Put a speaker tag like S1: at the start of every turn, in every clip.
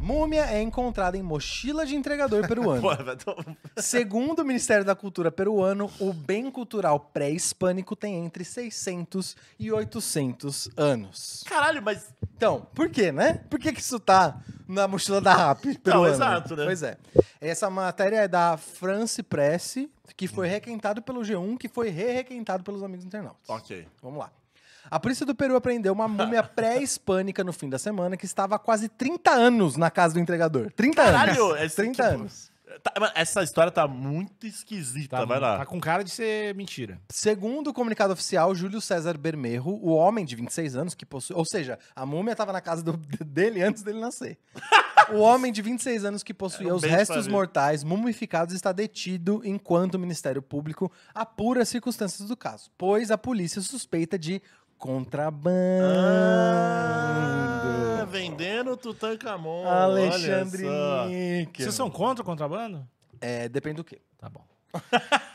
S1: Múmia é encontrada em mochila de entregador peruano.
S2: Porra, vai tomar-
S1: Segundo o Ministério da Cultura peruano, o bem cultural pré-hispânico tem entre 600 e 800 anos.
S2: Caralho, mas.
S1: Então, por quê, né? Por que, que isso tá na mochila da RAP peruana?
S2: exato, né?
S1: Pois é. Essa matéria é da France Press, que foi requentado pelo G1, que foi re-requentado pelos amigos internautas.
S2: Ok.
S1: Vamos lá. A polícia do Peru apreendeu uma múmia pré-hispânica no fim da semana que estava há quase 30 anos na casa do entregador. 30
S2: Caralho,
S1: anos.
S2: esse
S1: 30
S2: tipo-
S1: anos.
S2: Tá, mas essa história tá muito esquisita,
S3: Tá,
S2: vai lá.
S3: tá com cara de ser mentira.
S1: Segundo o comunicado oficial, Júlio César Bermerro, o homem de 26 anos que possui. Ou seja, a múmia estava na casa do- dele antes dele nascer. o homem de 26 anos que possuía
S2: Era um
S1: os
S2: beijo pra
S1: restos
S2: ele.
S1: mortais mumificados está detido enquanto o Ministério Público apura as circunstâncias do caso, pois a polícia suspeita de
S2: Ah,
S1: contrabando.
S2: vendendo Tutankamon.
S1: Alexandre
S2: olha só.
S1: Níquel.
S3: Vocês são contra o contrabando?
S1: É, depende do quê?
S3: Tá bom.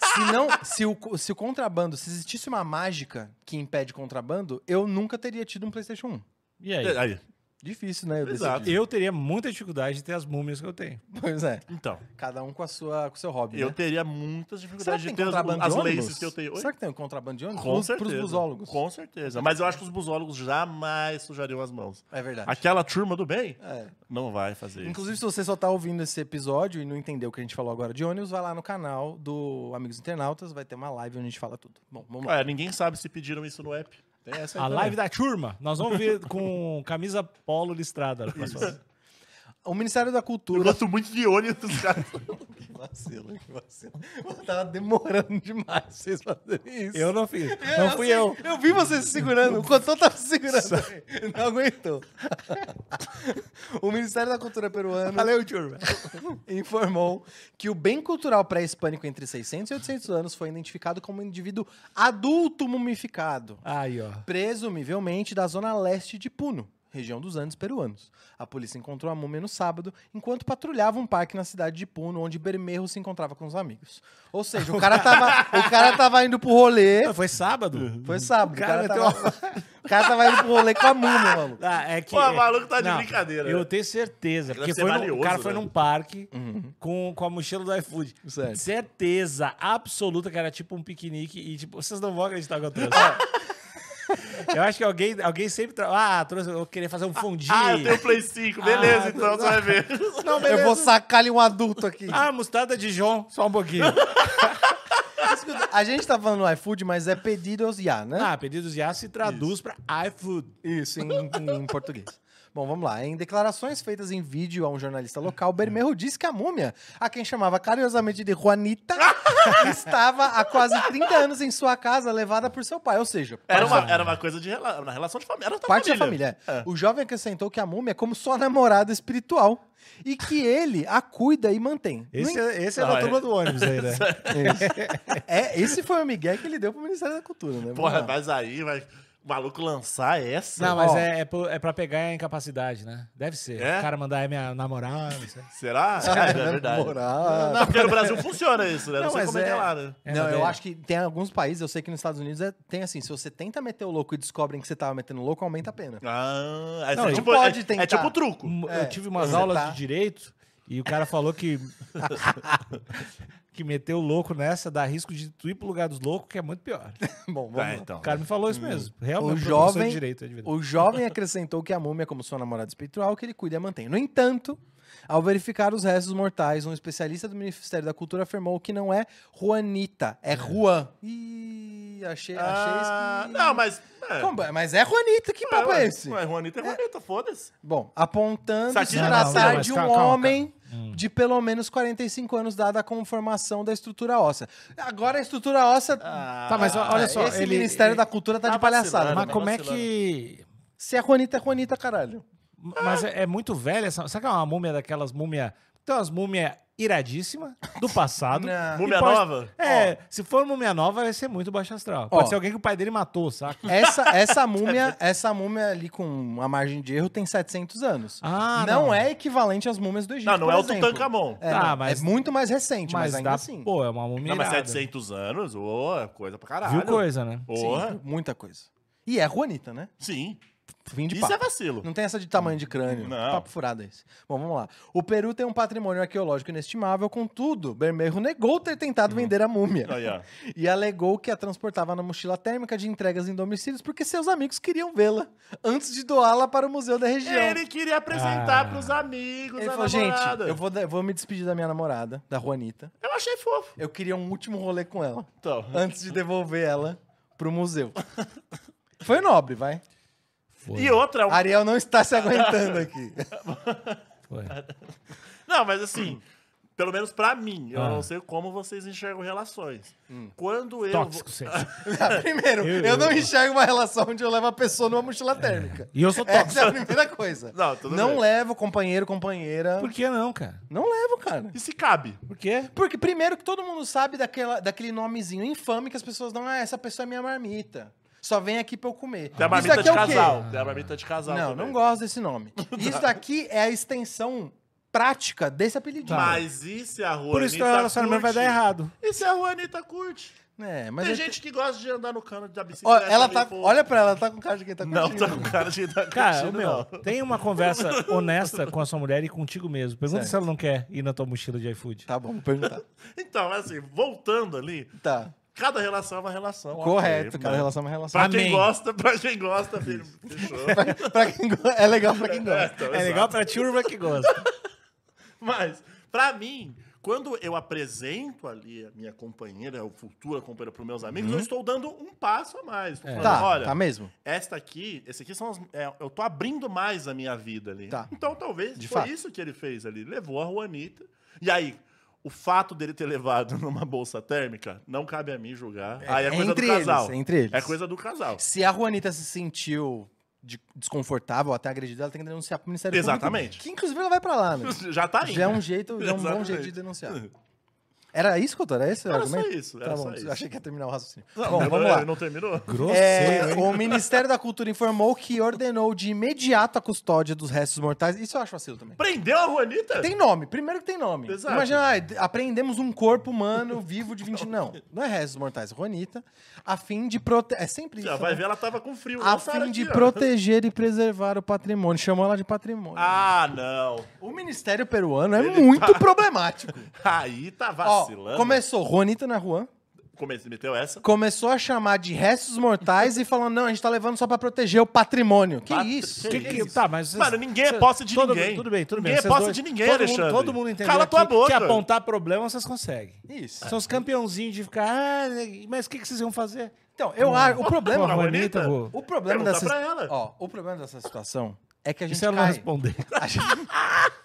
S1: Se não, se o, co- se o contrabando, se existisse uma mágica que impede contrabando, eu nunca teria tido um PlayStation 1.
S3: E aí?
S2: É, Aí,
S1: Difícil, né? Eu
S2: Exato.
S1: decidi.
S3: Eu teria muita dificuldade de ter as múmias que eu tenho.
S1: Pois é.
S2: então,
S1: Cada um com, a sua, com o seu hobby.
S2: eu
S1: né?
S2: teria muitas
S1: Será
S2: dificuldades
S1: que tem
S2: de ter as,
S1: contrabando
S2: as
S1: de ônibus?
S2: laces que eu tenho. Oi?
S1: Será que tem um contrabando de ônibus?
S2: Com
S1: pros,
S2: certeza.
S1: pros busólogos.
S2: Com certeza. Mas eu acho que os busólogos jamais sujariam as mãos.
S1: É verdade.
S2: Aquela turma do bem
S1: É.
S2: não vai fazer isso.
S1: Inclusive, se você só tá ouvindo esse episódio e não entendeu o que a gente falou agora de ônibus, vai lá no canal do Amigos Internautas, vai ter uma live onde a gente fala tudo. Bom, vamos lá.
S2: Ah, ninguém sabe se pediram isso no app. Tem É, essa aí
S3: A
S2: também.
S3: live da turma. Nós vamos ver com camisa polo listrada. pessoal.
S1: O Ministério da
S2: Eu
S1: Cultura.
S2: gosto muito de olho dos caras.
S1: Que vacilo, que vacilo. Tava demorando demais vocês fazerem isso.
S3: Eu não fiz.
S2: É,
S3: Não fui
S2: assim.
S1: sei,
S3: eu.
S1: Eu vi você se segurando. O Cotô tava se segurando. Não aguentou. o Ministério da Cultura peruano
S3: Valeu, turma.
S1: informou que o bem cultural pré-hispânico entre 600 e 800 anos foi identificado como um indivíduo adulto mumificado,
S3: Aí, ó.
S1: presumivelmente da zona leste de Puno. Região dos Andes peruanos. A polícia encontrou a múmia no sábado, enquanto patrulhava um parque na cidade de Puno, onde Bermerro se encontrava com os amigos. Ou seja, o cara tava, o cara tava indo pro rolê.
S3: Foi sábado?
S2: Uhum.
S1: Foi sábado. O cara,
S3: cara
S1: tava... o cara tava indo pro rolê com a múmia, maluco.
S3: Ah, é que,
S2: Pô, maluco tá de brincadeira,
S3: Eu
S2: né?
S3: tenho certeza. Porque
S2: ser
S3: foi num-
S2: valioso,
S3: o cara foi
S2: né? Uhum.
S3: num parque com, com a mochila do iFood.
S1: Certo.
S3: Certeza absoluta que era tipo um piquenique e tipo, vocês não vão acreditar que eu trouxe. eu acho que alguém, alguém sempre. tra- Ah, trouxe, eu queria fazer um fundi.
S2: Ah, eu tenho Play 5. Beleza,
S3: Ah,
S2: então você vai ver.
S3: Não,
S1: Eu
S3: beleza.
S1: vou sacar ali um adulto aqui.
S3: Ah, mostarda de João, só um pouquinho.
S1: Escuta, a gente tá falando no iFood, mas é pedidos ya, né?
S3: ah, pedidos de aço se traduz pra iFood.
S1: Isso, em, em- em português. Bom, vamos lá. Em declarações feitas em vídeo a um jornalista local, Bermerro disse que a múmia, a quem chamava carinhosamente de Juanita, estava há quase 30 anos em sua casa, levada por seu pai. Ou seja,
S2: Era uma, era uma coisa de rela- uma relação de família. Era da
S1: Parte da
S2: família.
S1: família. é. O jovem acrescentou que a múmia é como sua namorada espiritual e que ele a cuida e mantém.
S3: Esse,
S1: No
S3: é- esse é
S2: Não,
S3: da
S2: é-
S3: turma do ônibus aí, né?
S1: en- é, esse foi o Miguel que ele deu pro Ministério da Cultura, né? Vamos
S2: Porra,
S1: lá.
S2: mas aí vai o maluco lançar essa.
S3: Não, mas
S1: Ó.
S3: é, é, pro- é pra pegar a incapacidade, né? Deve ser.
S2: É?
S3: O cara mandar é minha namorada. não sei.
S2: Será? É, é verdade.
S1: Namorada.
S2: Não, porque no Brasil funciona isso, né? Não,
S1: Não,
S2: sei
S1: mas
S2: como é que é
S1: é-
S2: lá, né?
S3: É,
S1: não,
S3: mas
S1: eu
S3: é-
S1: acho que tem alguns países, eu sei que nos Estados Unidos é- tem assim, se você tenta meter o louco e descobrem que você tava metendo o louco, aumenta a pena.
S2: Ah, é,
S3: Não, Hum,
S2: é
S3: não
S2: tipo,
S1: pode
S2: é,
S1: tentar.
S2: é tipo truco.
S3: M-
S1: É,
S3: eu tive umas
S1: você
S3: aulas
S1: tá-
S3: de direito e o cara falou que. que meteu o louco nessa dá risco de tu ir pro lugar dos loucos, que é muito pior.
S1: Bom, vamos
S2: Ah,
S1: lá.
S2: então.
S3: O cara me falou isso mesmo. Realmente,
S1: O
S3: professor de
S1: jovem,
S3: direito, é de verdade.
S1: o jovem acrescentou que a múmia, como sua namorada espiritual, que ele cuida e mantém. No entanto, ao verificar os restos mortais, um especialista do Ministério da Cultura afirmou que não é Juanita, é Juan. Ih, achei, achei
S2: Ah,
S1: esqui-
S2: não, mas. É.
S1: Como- mas é Juanita, que papo é
S2: ué,
S1: esse?
S2: ué, Juanita é Juanita, foda-se.
S1: Bom, apontando se
S2: Saquinho da
S1: tratar
S3: Não, mas
S1: de um
S3: calma, calma,
S1: homem de pelo menos 45 anos, dada a conformação da estrutura óssea. Agora a estrutura óssea.
S2: Ah,
S3: Tá, mas ó,
S2: é,
S3: olha só.
S1: Ah, Esse
S3: ele-
S1: Ministério
S3: ele-
S1: da Cultura tá
S2: tá
S1: de palhaçada.
S2: vacilando.
S3: Mas
S1: né?
S3: como é que.
S1: Se é Juanita, é Juanita, caralho.
S3: Mas é, é muito velha essa. Sabe que é uma múmia daquelas múmia. Tem umas múmia iradíssima, do passado.
S1: Não.
S2: Múmia
S3: E pode-
S2: Nova?
S3: É, se for Múmia Nova, vai ser muito baixo astral. Pode
S1: Ó.
S3: ser alguém que o pai dele matou, saca?
S1: Essa, essa múmia, essa múmia ali com a margem de erro tem 700 anos.
S3: Ah,
S1: não,
S3: não.
S1: é equivalente às múmias do Egito.
S2: Não, não
S1: por
S2: é o
S1: exemplo.
S2: Tutankhamon.
S1: É,
S3: Tá,
S1: não,
S3: mas-
S1: é muito mais recente, mas,
S3: Mas
S1: ainda
S3: dá,
S1: assim.
S3: pô, é uma múmia
S2: Não, mas
S3: irada.
S2: 700 anos? Ô, é coisa pra caralho.
S3: Viu coisa, né?
S1: Sim,
S2: Porra.
S1: muita coisa. E é Juanita, né?
S2: Sim.
S1: Vim de
S2: Isso
S1: papo.
S2: é vacilo.
S1: Não tem essa de tamanho de crânio.
S2: Não.
S1: Papo furado é esse. Bom, vamos lá. O Peru tem um patrimônio arqueológico inestimável, contudo, Bermejo negou ter tentado vender a múmia.
S2: Uhum. Aí, ó.
S1: E alegou que a transportava na mochila térmica de entregas em domicílios porque seus amigos queriam vê-la antes de doá-la para o museu da região.
S2: Ele queria apresentar
S3: Ah.
S2: pros amigos
S1: Ele
S2: da
S1: falou, gente,
S2: namorada.
S1: eu vou, eu vou me despedir da minha namorada, da Juanita.
S2: Eu achei fofo.
S1: Eu queria um último rolê com ela,
S2: Então,
S1: antes de devolver ela pro museu. Foi nobre, vai.
S3: Foi,
S2: e outra... um-
S1: Ariel não está se aguentando aqui.
S3: foi.
S2: Não, mas
S1: Hum.
S2: assim... Pelo menos pra mim. Eu
S3: Ah.
S2: não sei como vocês enxergam relações.
S1: Hum.
S2: Quando eu...
S3: Tóxico, você.
S1: Ah, Primeiro, eu,
S3: Eu-
S1: não enxergo uma relação onde eu levo a pessoa numa
S2: É.
S1: mochila térmica.
S3: E eu sou
S1: Essa é
S3: tóxico.
S1: a primeira coisa.
S2: Não, tudo
S1: Não
S2: bem.
S1: levo companheiro, companheira.
S3: Por que não, cara?
S1: Não levo, cara.
S2: E se cabe?
S3: Por quê?
S1: Porque primeiro que todo mundo sabe daquela, daquele nomezinho infame que as pessoas dão, ah, essa pessoa é minha marmita. Só vem aqui pra eu comer.
S2: Tem a
S1: Isso
S2: marmita
S1: daqui
S2: de
S1: é o quê?
S2: casal. Tem a marmita de casal
S1: Não,
S2: também. Tá.
S1: não gosto desse nome. Isso daqui é a extensão prática desse apelidinho.
S2: Tá. Mas e se a Juanita
S3: Por isso que o relacionamento vai
S2: curte?
S3: dar errado.
S2: E se a Juanita curte?
S1: É, mas
S2: Tem
S1: é que-
S2: gente que gosta de andar no cano da
S1: Ó,
S2: bicicleta.
S1: ela
S2: ali,
S1: tá,
S2: pô.
S1: olha pra ela, ela tá com cara de quem tá
S2: Não,
S1: curtindo.
S2: tá com cara de andar
S3: Cara,
S2: curtindo,
S3: meu,
S2: não.
S3: tem uma conversa honesta com a sua mulher e contigo mesmo. Pergunta
S1: Certo.
S3: se ela não quer ir na tua mochila de iFood.
S1: Tá bom, vou perguntar.
S2: Então, assim, voltando ali,
S1: Tá,
S2: cada relação é uma relação. ok,
S1: correto,
S2: mas-
S1: cara, relação é uma relação.
S2: Pra
S3: Amém.
S2: quem gosta, pra quem gosta, filho, fechou.
S1: Pra- pra quem go- é legal pra quem gosta.
S2: Então,
S3: é
S2: exato.
S3: legal pra turma que gosta.
S2: Mas, pra mim, quando eu apresento ali a minha companheira, a futura companheira pros meus amigos, eu estou dando um passo a mais. Estou falando,
S1: Uhum. Tá,
S2: olha,
S1: tá mesmo.
S2: esta aqui, esse aqui são as, é, eu tô abrindo mais a minha vida ali.
S1: Tá.
S2: Então talvez
S1: De
S2: foi
S1: fato.
S2: isso que ele fez ali, levou a Juanita. E aí, o fato dele ter levado numa bolsa térmica, não cabe a mim julgar. aí é coisa
S1: entre
S2: do casal.
S1: eles, é entre eles.
S2: É coisa do casal.
S1: Se a Juanita se sentiu de- desconfortável, até agredida, ela tem que denunciar pro Ministério
S2: Exatamente.
S1: Público. Que inclusive ela vai pra lá, né?
S2: Já tá indo.
S1: Já é um jeito, já é um bom
S2: Exatamente.
S1: jeito de denunciar. Era isso, Coutor? Era esse o
S2: Era só
S1: argumento?
S2: isso, era
S1: tá
S2: só
S1: bom,
S2: isso.
S1: achei que ia terminar o raciocínio.
S2: Não,
S1: bom,
S2: não,
S1: vamos
S2: não,
S1: lá.
S2: Não terminou?
S1: É,
S3: Grosseiro, hein?
S1: o Ministério da Cultura informou que ordenou de imediato a custódia dos restos mortais. Isso eu acho vacilo também.
S2: Prendeu a Juanita?
S1: Tem nome, primeiro que tem nome.
S2: Exato.
S1: Imagina, ah, d- apreendemos um corpo humano vivo de 20. Não, não é restos mortais, é Juanita, a fim de proteger. É sempre isso.
S2: Já vai
S1: né?
S2: ver, ela tava com frio.
S1: A
S2: lançaram
S1: fim de
S2: aqui, ó.
S1: proteger e preservar o patrimônio. Chamou ela de patrimônio.
S2: Ah, não.
S1: O Ministério Peruano é muito problemático.
S2: Aí tá
S1: Ó,
S2: vacilando.
S1: começou Juanita na Juan,
S2: Come- meteu essa?
S1: começou a chamar de restos mortais e falando: não, a gente tá levando só pra proteger o patrimônio. Que
S2: Pat-
S1: isso?
S3: Que
S2: Que
S3: que-
S2: isso?
S3: tá, mas vocês-
S2: Mano, ninguém é
S3: vocês-
S2: posse de
S3: todo-
S2: ninguém.
S3: Tudo bem, tudo bem.
S2: Ninguém é
S3: Vocês
S2: posse
S3: dois-
S2: de ninguém,
S3: todo
S2: Alexandre.
S3: Mundo, todo mundo entendeu
S2: Cala
S3: aqui
S2: tua boca. Ah.
S3: que apontar problema vocês conseguem.
S1: Isso.
S3: São os campeãozinhos de ficar, ah, mas o que, que vocês iam fazer?
S1: Então, eu acho. O
S3: Pô, a
S1: problema.
S2: Juanita?
S3: Juanita, pô.
S1: O problema
S2: Perguntar
S1: dessa.
S2: pra ela.
S1: Ó, o problema dessa situação é que a gente
S3: Isso ela não
S1: cai-
S3: responder.
S1: A gente,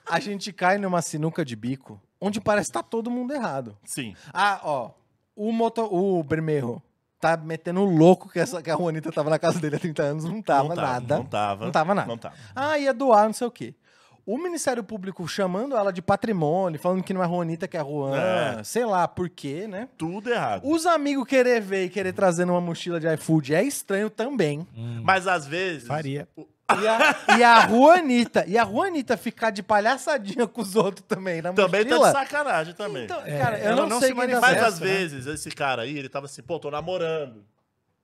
S1: a gente cai numa sinuca de bico onde parece que tá todo mundo errado.
S2: Sim.
S1: Ah, ó. O, moto, o Bermejo tá metendo o louco que, essa, que a Juanita tava na casa dele há 30 anos. Não tava,
S2: Não tava,
S1: nada.
S2: não tava.
S1: Não tava nada.
S2: Não tava.
S1: Ah, ia doar, não sei o quê. O Ministério Público chamando ela de patrimônio, falando que não é Juanita, que é Juan.
S2: É.
S1: Sei lá por quê, né?
S2: Tudo errado.
S1: Os amigos querer ver e querer trazer numa mochila de iFood é estranho também.
S2: Mas às vezes.
S3: Faria.
S1: E a, e a Juanita. E a Juanita ficar de palhaçadinha com os outros também na
S2: Também tá de
S1: mochila.
S2: sacanagem também.
S1: Então,
S3: É,
S1: cara, eu
S3: ela
S1: não,
S3: não
S1: sei
S3: se
S1: quem dá
S3: manifesta,
S2: Mas
S1: certo,
S2: às
S1: né?
S2: vezes esse cara aí, ele tava assim, pô, tô namorando.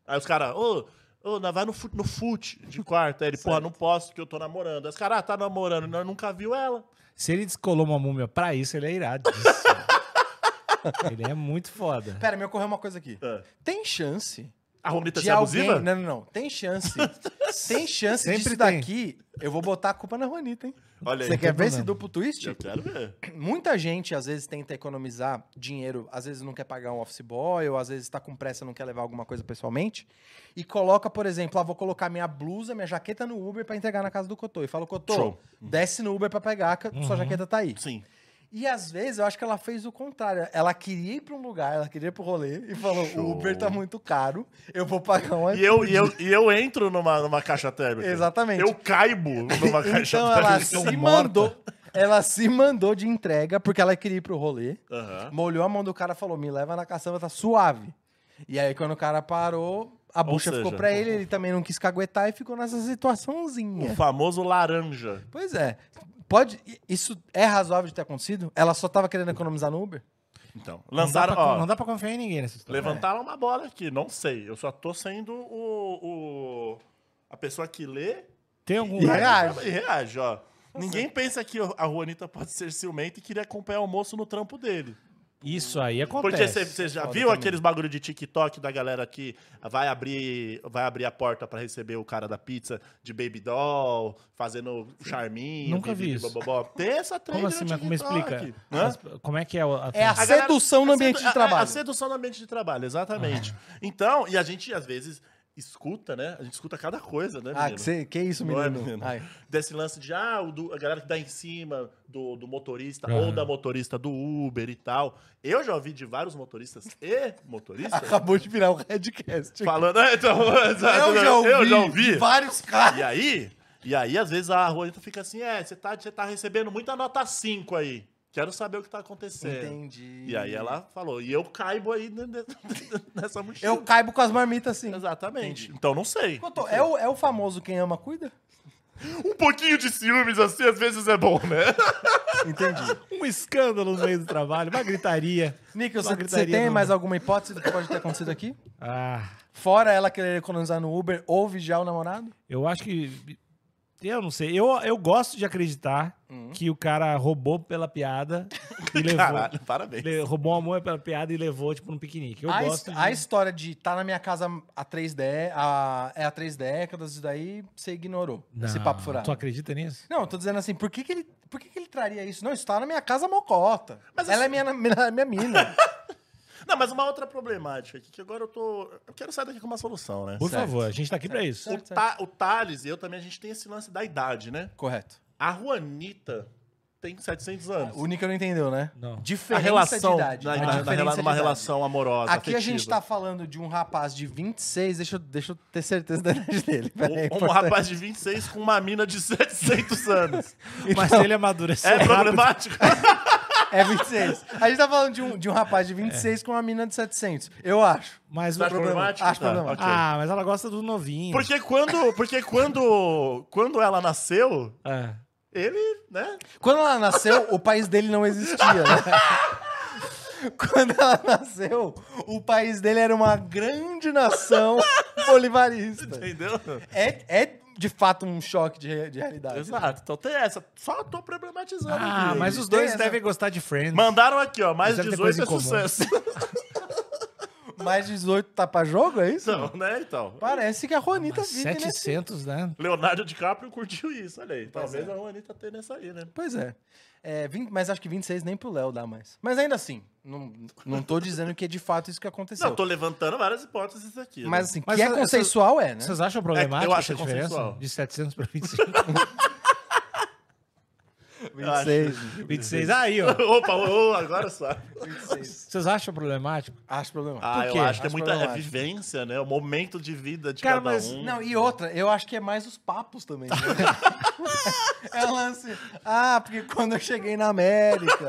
S2: Aí os caras, ô, ô, nós vai no fute, no fute de quarta. Aí ele, porra, não posso porque eu tô namorando. Aí os caras, ah, tá namorando, nós nunca viu ela.
S3: Se ele descolou uma múmia pra isso, ele é irado. ele é muito foda.
S1: Pera, me ocorreu uma coisa aqui.
S2: É.
S1: Tem chance
S2: A Romita
S1: de
S2: é
S1: alguém. né?
S2: abusiva?
S1: Não, não, não. Tem chance. tem chance
S3: Sempre
S1: disso
S3: tem.
S1: daqui. Eu vou botar a culpa na Juanita, hein?
S2: Olha aí.
S1: Você quer ver
S3: problema.
S1: esse duplo twist?
S2: Eu quero ver.
S1: Muita gente, às vezes, tenta economizar dinheiro, às vezes não quer pagar um office boy, ou às vezes tá com pressa não quer levar alguma coisa pessoalmente. E coloca, por exemplo, ah, vou colocar minha blusa, minha jaqueta no Uber pra entregar na casa do Cotô. E fala, Cotô,
S2: Show.
S1: desce no Uber pra pegar, que
S3: Uhum.
S1: sua jaqueta tá aí.
S2: Sim.
S1: E às vezes eu acho que ela fez o contrário. Ela queria ir pra um lugar, ela queria ir pro rolê e falou:
S2: Show.
S1: o Uber tá muito caro, eu vou pagar um
S2: E eu, e, eu, e eu entro numa, numa caixa térmica.
S1: Exatamente.
S2: Eu caibo numa caixa
S1: Então ela
S2: térmica.
S1: se
S3: Morta.
S1: mandou. Ela se mandou de entrega porque ela queria ir pro rolê.
S2: Aham.
S1: Molhou a mão do cara e falou: me leva na caçamba, tá suave. E aí, quando o cara parou, a bucha
S2: seja,
S1: ficou pra ele, ele também não quis caguetar e ficou nessa
S2: O
S1: situaçãozinha.
S2: famoso laranja.
S1: Pois é. Pode. i- Isso é razoável de ter acontecido? Ela só tava querendo economizar no Uber?
S2: Então,
S3: Não dá,
S2: lançaram,
S3: pra,
S2: ó,
S3: não dá pra confiar em ninguém nessa história.
S2: levantaram uma bola aqui, não sei. Eu só tô sendo o, o- a pessoa que lê
S3: Tem algum.
S1: E reage.
S2: e reage, ó. Ninguém pensa que a Juanita pode ser ciumenta e queria acompanhar o moço no trampo dele.
S3: Isso aí
S2: Porque
S3: acontece.
S2: você- você já
S1: Foda
S2: viu
S1: também.
S2: aqueles bagulho de TikTok da galera que vai abrir, vai abrir a porta pra receber o cara da pizza de Baby Doll, fazendo charminho.
S3: Nunca
S2: bibi,
S3: vi isso.
S2: bobobó. Tem essa trend
S3: Como assim?
S2: no
S3: Mas como
S2: TikTok.
S3: explica?
S2: Hã?
S3: As- Como é que é o- a.
S1: É a
S2: A galera-
S1: sedução no
S2: a
S1: ambiente
S2: sedu-
S1: de
S2: a- A,
S1: trabalho. Ah.
S2: sedução no ambiente de trabalho, exatamente. Então, e a gente às vezes escuta, né? A gente escuta cada coisa, né,
S1: Ah,
S2: menino?
S1: que, cê- que isso,
S2: Não é,
S1: menino?
S2: menino?
S1: Ai.
S2: Desse lance de, ah, o do- a galera que dá em cima do, do motorista
S3: Aham.
S2: ou da motorista do Uber e tal. Eu já ouvi de vários motoristas e motoristas
S1: Acabou de virar um headcast.
S2: falando, ah, então, exato, eu já ouvi.
S1: vários caras.
S2: E aí, e aí, às vezes, a Juanita fica assim, é, você tá, você tá recebendo muita nota 5 aí. Quero saber o que tá acontecendo.
S1: Entendi.
S2: E aí ela falou, e eu caibo aí ne- ne- nessa mochila.
S1: Eu caibo com as marmitas assim.
S2: Exatamente. Então não sei.
S1: Cotô, é, o, é o famoso quem ama cuida?
S2: Um pouquinho de ciúmes assim, às vezes é bom, né?
S1: Entendi.
S3: Um escândalo no meio do trabalho, uma gritaria.
S1: Nick,
S3: Uma
S1: você, você
S3: gritaria
S1: tem
S3: não-
S1: mais alguma hipótese do que pode ter acontecido aqui?
S3: Ah,
S1: Fora ela querer economizar no Uber ou vigiar o namorado?
S3: eu acho que. Eu não sei. Eu, eu gosto de acreditar que o cara roubou pela piada e levou.
S2: Caralho, é parabéns.
S3: Le- roubou uma moeda pela piada e levou, tipo, num piquenique. Eu
S1: a,
S3: gosto.
S1: his-
S3: de-
S1: a história de estar tá na minha casa há três, dé há- é há três décadas, e daí você ignorou esse
S3: Não,
S1: papo furado.
S3: Tu acredita nisso?
S1: Não, eu tô dizendo assim, por que, que ele. Por que, que ele traria isso? Não, isso tá na minha casa mocota.
S2: Mas assim-
S1: ela
S2: isso-
S1: é minha, na- minha, minha mina.
S2: Não, mas uma outra problemática aqui, que agora eu tô... Eu quero sair daqui com uma solução, né?
S3: Por
S1: Certo.
S3: favor, a gente tá aqui pra isso.
S2: O, Ta, o Thales e eu também, a gente tem esse lance da idade, né?
S1: Correto.
S2: A Juanita tem 700 anos.
S1: O Nico não entendeu, né?
S3: Não.
S2: A
S1: Diferença
S2: relação,
S1: de idade.
S2: na,
S1: A
S2: na- na-
S1: diferença de
S2: numa
S1: idade.
S2: relação amorosa,
S1: Aqui a gente
S2: afetiva.
S1: tá falando de um rapaz de 26, deixa eu, deixa eu ter certeza da idade dele. peraí, é
S2: Um- Um,
S1: importante.
S2: rapaz de 26 com uma mina de 700 anos.
S3: Mas se ele amadureceu
S2: É
S3: rápido,
S2: problemático?
S1: É 26. A gente tá falando de um, de um rapaz de 26 com uma mina de 700, eu acho.
S3: Mas o
S2: Acho
S3: problema...
S2: problemático?
S1: acho
S2: Tá,
S1: problemático.
S2: ok.
S3: Ah, mas ela gosta do novinho.
S2: Porque quando, porque quando, quando ela nasceu,
S3: É.
S2: ele, né?
S1: Quando ela nasceu, o país dele não existia, né? Quando ela nasceu, o país dele era uma grande nação bolivarista.
S2: Entendeu?
S1: É, é de fato um choque de, re- de realidade.
S2: Exato. Então tem essa. Só tô problematizando
S3: Ah,
S2: aqui.
S3: mas os
S1: Tem
S3: dois
S1: essa-
S3: devem gostar de Friends.
S2: Mandaram aqui, ó, mais
S3: Mas deve ter
S2: 18 é
S3: coisa em comum.
S2: sucesso.
S1: Mais 18 tá pra jogo, é isso?
S2: então, né? Então.
S1: Parece que a Juanita
S3: Mas
S1: vive, né?
S3: 700, né?
S2: Leonardo DiCaprio curtiu isso, olha aí. Talvez a Juanita tenha nessa aí, né?
S1: Pois é. É, vin- mas acho que 26 nem pro Léo dá mais. Mas ainda assim, não, não tô dizendo que é de fato isso que aconteceu.
S2: Não, tô levantando várias hipóteses aqui. né?
S1: Mas assim,
S3: Mas
S1: que é
S3: essa-
S1: consensual é, né?
S3: Vocês acham problemático
S2: eu acho
S3: essa diferença?
S2: consensual.
S3: De 700 pra 25.
S1: 26.
S3: 26. Aí, ó.
S2: Opa, ô, ô, agora só.
S1: 26.
S3: Vocês acham problemático?
S1: Acho problemático.
S2: Ah,
S3: Por
S2: eu
S3: quê?
S2: acho que é
S1: Acho
S2: muita é
S1: problemático.
S2: vivência, né? O momento de vida de
S3: Cara,
S2: cada
S3: mas-
S2: um.
S1: Não, e outra, eu acho que é mais os papos também. né? é o lance. Ah, porque quando eu cheguei na América.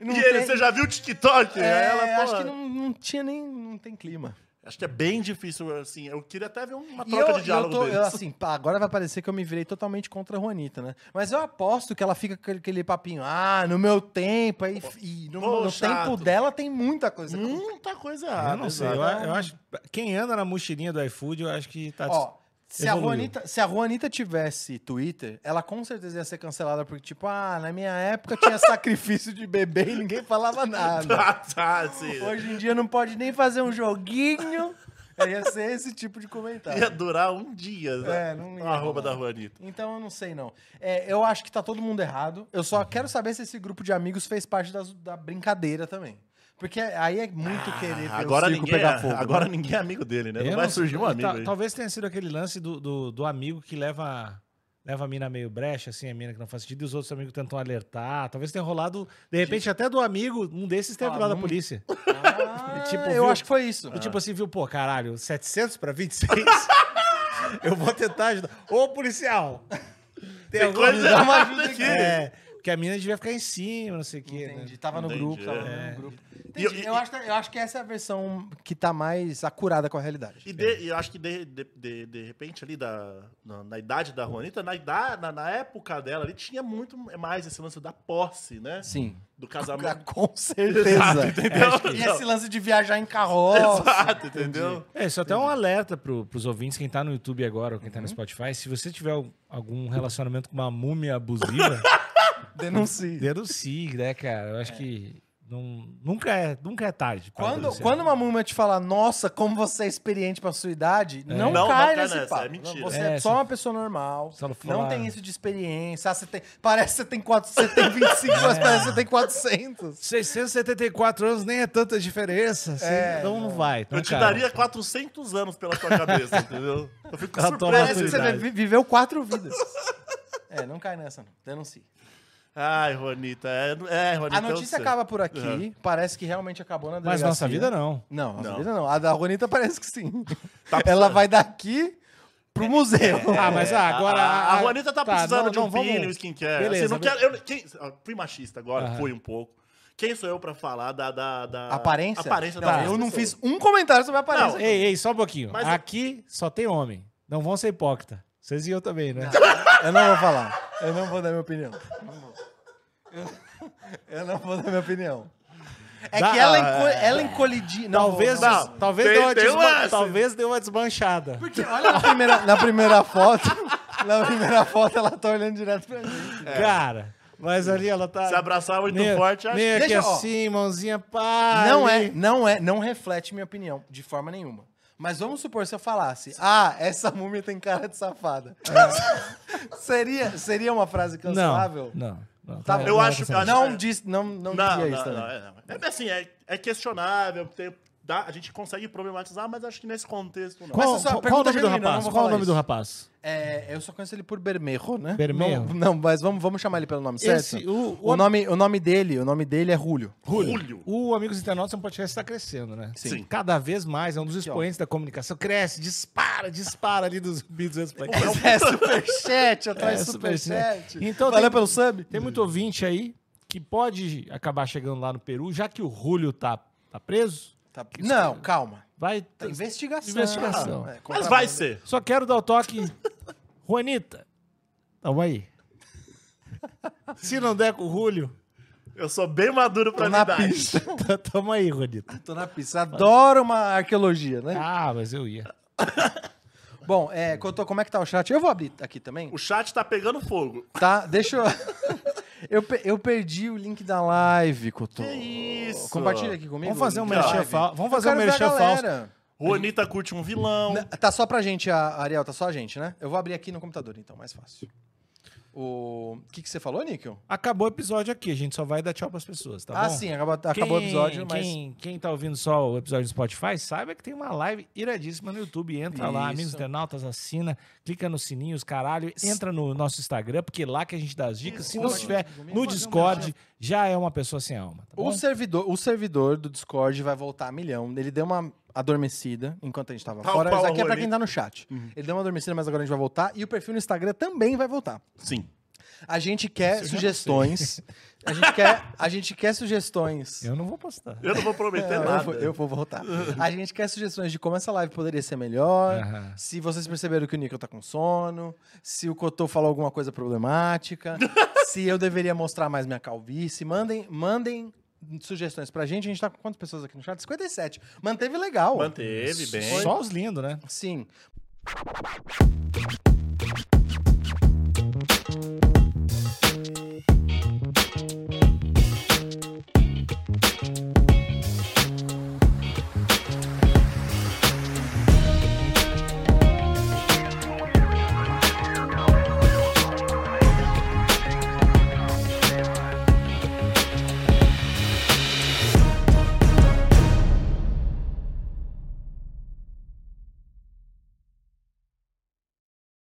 S1: Não
S2: e ele,
S1: tem-
S2: você já viu o TikTok?
S1: é,
S2: Aí ela,
S1: acho
S2: pô,
S1: que não, não tinha nem. Não tem clima.
S2: acho que é bem difícil, assim. Eu queria até ver uma
S1: E
S2: troca
S1: eu-
S2: de diálogo
S1: eu tô- eu,
S2: deles.
S1: assim, pá, agora vai parecer que eu me virei totalmente contra a Juanita, né? Mas eu aposto que ela fica com aquele- aquele papinho, ah, no meu tempo, aí, e no,
S2: Pô,
S1: no
S2: chato. Hum?
S1: tempo dela tem muita coisa.
S2: Muita coisa errada. assim.
S3: eu não sei. Eu,
S2: Ah, exato.
S3: eu acho. Quem anda na mochilinha do iFood, eu acho que tá.
S1: Ó, se a,
S3: evoluiu.
S1: Juanita, se a Juanita tivesse Twitter, ela com certeza ia ser cancelada, porque, tipo, ah, na minha época tinha sacrifício de bebê e ninguém falava nada.
S2: Tá, tá, assim.
S1: Hoje em dia não pode nem fazer um joguinho. Ia ser esse tipo de comentário.
S2: Ia durar um dia, né?
S1: É, não ia
S2: O arroba
S1: rolar.
S2: da Juanita.
S1: Então eu não sei, não. É, eu acho que tá todo mundo errado. Eu só quero saber se esse grupo de amigos fez parte das- da brincadeira também. Porque aí é muito querer ver
S2: Ah, Agora
S1: o circo
S2: ninguém, é,
S1: pegar fogo.
S2: agora
S1: né?
S2: ninguém é amigo dele, né?
S3: Eu
S2: Não vai
S3: não-
S2: surgir um
S3: ta-
S2: amigo aí.
S3: Talvez tenha sido aquele lance do, do, do amigo que leva, leva a mina meio brecha, assim, a mina que não faz sentido, e os outros amigos tentam alertar. Talvez tenha rolado, de repente, até do amigo, um desses tenha
S1: Ah,
S3: virado a
S1: não-
S3: polícia.
S1: Ah,
S3: Tipo,
S1: eu
S3: viu?
S1: acho que foi isso.
S2: Ah.
S3: E tipo assim, viu, pô, caralho, 700 pra 26? Eu vou tentar ajudar. Ô, policial!
S2: Tem
S3: alguma-
S2: coisa
S1: dá uma
S2: errada
S1: ajuda aqui.
S3: É, porque a mina devia ficar em cima, não sei o quê. né?
S1: Entendi. Tava no
S2: Entendi,
S1: grupo, tava
S2: é.
S1: no grupo.
S2: E-
S1: Entendi.
S2: e-
S1: eu, acho, que- eu acho que essa é a versão que tá mais acurada com a realidade.
S2: E de- e eu acho que de, de, de, de repente ali da, na, na idade da Juanita, na, idade, na, na época dela ali, tinha muito mais esse lance da posse, né?
S1: Sim.
S2: Do
S1: Ah,
S2: casamento.
S1: Com certeza.
S2: Tá Exato, entendeu?
S1: É, acho que- e
S2: Não.
S1: esse lance de viajar em carroça.
S2: Exato, entendeu?
S3: É, isso até é um alerta pro, pros ouvintes, quem tá no YouTube agora ou quem tá
S2: Uhum.
S3: no Spotify, se você tiver al- algum relacionamento com uma múmia abusiva,
S1: Denuncie.
S3: denuncie, né, cara? Eu acho que não- nunca, é, nunca é tarde. pra
S1: Quando,
S3: denunciar.
S1: quando uma múmia te falar, nossa, como você é experiente pra sua idade, não,
S2: É. Não, não
S1: cai
S2: cai
S1: nesse
S2: nessa,
S1: papo.
S2: é mentira.
S1: Você
S3: É,
S1: é, só
S3: se-
S1: uma pessoa normal,
S3: se ela
S1: não
S3: falar-
S1: tem isso de experiência. Ah, você tem, parece que você tem, quatro, você tem 25, mas
S3: É.
S1: parece que você tem 400.
S3: 674 anos nem é tanta diferença. assim, então não vai. Então,
S2: Eu te
S3: cara,
S2: daria 400 anos pela sua cabeça, entendeu? Eu fico
S3: Ela toma
S2: surpreso.
S1: Parece que você
S3: maturidade.
S1: vi- viveu quatro vidas. É, não cai nessa, não. Denuncie.
S2: Ai, Juanita, é, é Juanita.
S1: A
S2: eu
S1: notícia
S2: sei.
S1: acaba por aqui.
S2: Uhum.
S1: Parece que realmente acabou na
S3: Mas
S1: delegacia.
S3: nossa vida não.
S1: Não, nossa
S2: Não.
S1: vida não. A da Ronita parece que sim.
S2: Tá É.
S1: Ela
S2: precisando. É,
S1: vai daqui pro museu.
S3: Ah, mas ah, agora.
S2: A, a
S3: ah,
S2: Juanita tá,
S3: tá,
S2: precisando
S3: não,
S2: de um
S3: não, vamos-
S2: peeling, um skincare.
S3: Beleza,
S2: assim, não
S3: mas-
S2: quero, eu, quem, ah, fui machista agora,
S3: Aham.
S2: fui um pouco. Quem sou eu pra falar da... da, da
S1: Aparência?
S2: Aparência
S1: não,
S2: das
S1: Eu não
S2: pessoas?
S1: fiz um comentário sobre a
S2: Não,
S1: aparência.
S3: Ei, ei, só um pouquinho.
S2: Mas-
S3: Aqui só tem homem. Não vão ser hipócrita. Vocês e eu também, né?
S1: Eu não vou falar. Eu não vou dar minha opinião. Não vou. Eu, eu não vou dar minha opinião. É
S3: Dá-
S1: que ela, enco, ela encolhidinha. não,
S3: Talvez,
S1: não,
S2: não.
S3: talvez,
S2: Tem-
S3: deu uma
S2: tem
S3: desma-
S2: lance.
S3: talvez deu uma desmanchada.
S1: Porque olha na primeira, na primeira foto. Na primeira foto ela tá olhando direto pra mim.
S2: É.
S3: Cara, mas ali ela tá.
S2: Se abraçar muito
S3: meio,
S2: forte, acho
S3: meio aqui
S1: Deixa, ó.
S3: assim, mãozinha pá.
S1: Não é, não é, não reflete minha opinião de forma nenhuma. Mas vamos supor se eu falasse, ah, essa múmia tem cara de safada. É. seria, seria uma frase
S3: Não,
S1: cancelável?
S3: não. não
S1: Tá
S3: não,
S1: bom.
S2: Eu
S3: não é
S2: acho-
S3: cancelável.
S1: Não diz, não, não,
S2: Não,
S1: diria
S2: não,
S1: isso também.
S2: não, é, não. É assim, é, é questionável, tem- dá- a gente consegue problematizar, mas acho que nesse contexto não.
S1: Mas
S3: Qual,
S1: essa
S3: qual- qual o
S1: pergunta
S3: nome do
S1: genuína, não
S3: rapaz?
S1: vou
S3: Qual o
S1: falar
S3: nome do
S1: isso.
S3: rapaz?
S1: É, eu só conheço ele por Bermejo, né?
S3: Bermejo?
S1: Não, não, mas vamos, vamos chamar ele pelo nome certo.
S3: Esse, o-
S1: o,
S3: o-
S1: nome, o nome dele, o nome dele é Julio.
S2: Julho.
S3: O Amigos Internautas é um podcast que está crescendo, né?
S2: Sim. Sim.
S3: Cada vez mais, é um dos expoentes da comunicação. Cresce, dispara, dispara ali dos vídeos. dos podcasts.
S2: um
S1: É superchat, atrás
S3: É,
S1: de superchat.
S3: superchat. Então
S1: Valeu
S3: tem-
S1: pelo sub.
S3: Tem muito ouvinte aí que pode acabar chegando lá no Peru, já que o Julio tá, tá preso,
S1: Tá- Não, calma.
S3: vai...
S1: Tem investigação.
S3: Investigação.
S1: É,
S2: Tá Mas
S1: contrabando.
S2: vai ser.
S3: Só quero dar o toque. Juanita, tamo aí. Se não der com o Julio,
S2: Eu sou bem maduro pra
S1: Tô na
S2: lidar.
S1: pista.
S3: tá- tamo aí, Juanita.
S1: Tô na pista. Adoro uma arqueologia, né?
S3: Ah, mas eu ia.
S2: Ah.
S1: Bom, é, Cotô, como é que tá o chat? Eu vou abrir aqui também.
S2: O chat tá pegando fogo.
S1: Tá, deixa eu... eu. pe- Eu perdi o link da live, Cotô.
S2: Que isso?
S1: Compartilha aqui comigo.
S3: Vamos fazer
S1: o
S3: um
S1: link da
S3: merchan
S1: live.
S3: falso. Vamos
S1: Eu
S3: fazer um
S1: quero ver a
S3: merchan falso.
S1: galera.
S2: Juanita curte um vilão.
S1: Na- Tá só pra gente, a- Ariel, tá só a gente, né? Eu vou abrir aqui no computador, então, mais fácil. O que, que você falou, Níquel?
S3: Acabou o episódio aqui, a gente só vai dar tchau pras pessoas, tá
S1: ah,
S3: bom?
S1: sim, acabou, acabou o
S3: Quem-
S1: episódio, mas.
S3: Quem, quem tá ouvindo só o episódio do Spotify, saiba que tem uma live iradíssima no YouTube. Entra lá,
S1: Isso.
S3: amigos internautas, assina, clica no sininho, os caralho, entra no nosso Instagram, porque lá que a gente dá as dicas. Se não
S1: Discord.
S3: estiver
S1: Vamos fazer
S3: no
S1: um
S3: Discord, já é uma pessoa sem alma, tá bom?
S1: O servidor, o servidor do Discord vai voltar a milhão. Ele deu uma adormecida enquanto a gente tava
S2: Tal
S1: fora.
S2: qual
S1: Isso
S2: a
S1: aqui é pra
S2: Rony.
S1: quem tá no chat.
S3: Uhum.
S1: Ele deu uma adormecida, mas agora a gente vai voltar. E o perfil no Instagram também vai voltar.
S2: Sim.
S1: A gente quer sugestões. A gente quer, a gente quer sugestões.
S3: Eu não vou postar.
S2: Eu não vou prometer
S1: Não, É, eu,
S2: nada.
S1: vou, eu vou voltar. A gente quer sugestões de como essa live poderia ser melhor.
S3: Aham.
S1: Se vocês perceberam que o Nico tá com sono. Se o Cotô falou alguma coisa problemática. se eu deveria mostrar mais minha calvície. Mandem, mandem sugestões pra gente. A gente tá com quantas pessoas aqui no chat? 57. Manteve legal.
S2: Manteve bem.
S3: Só os lindos, né?
S1: Sim.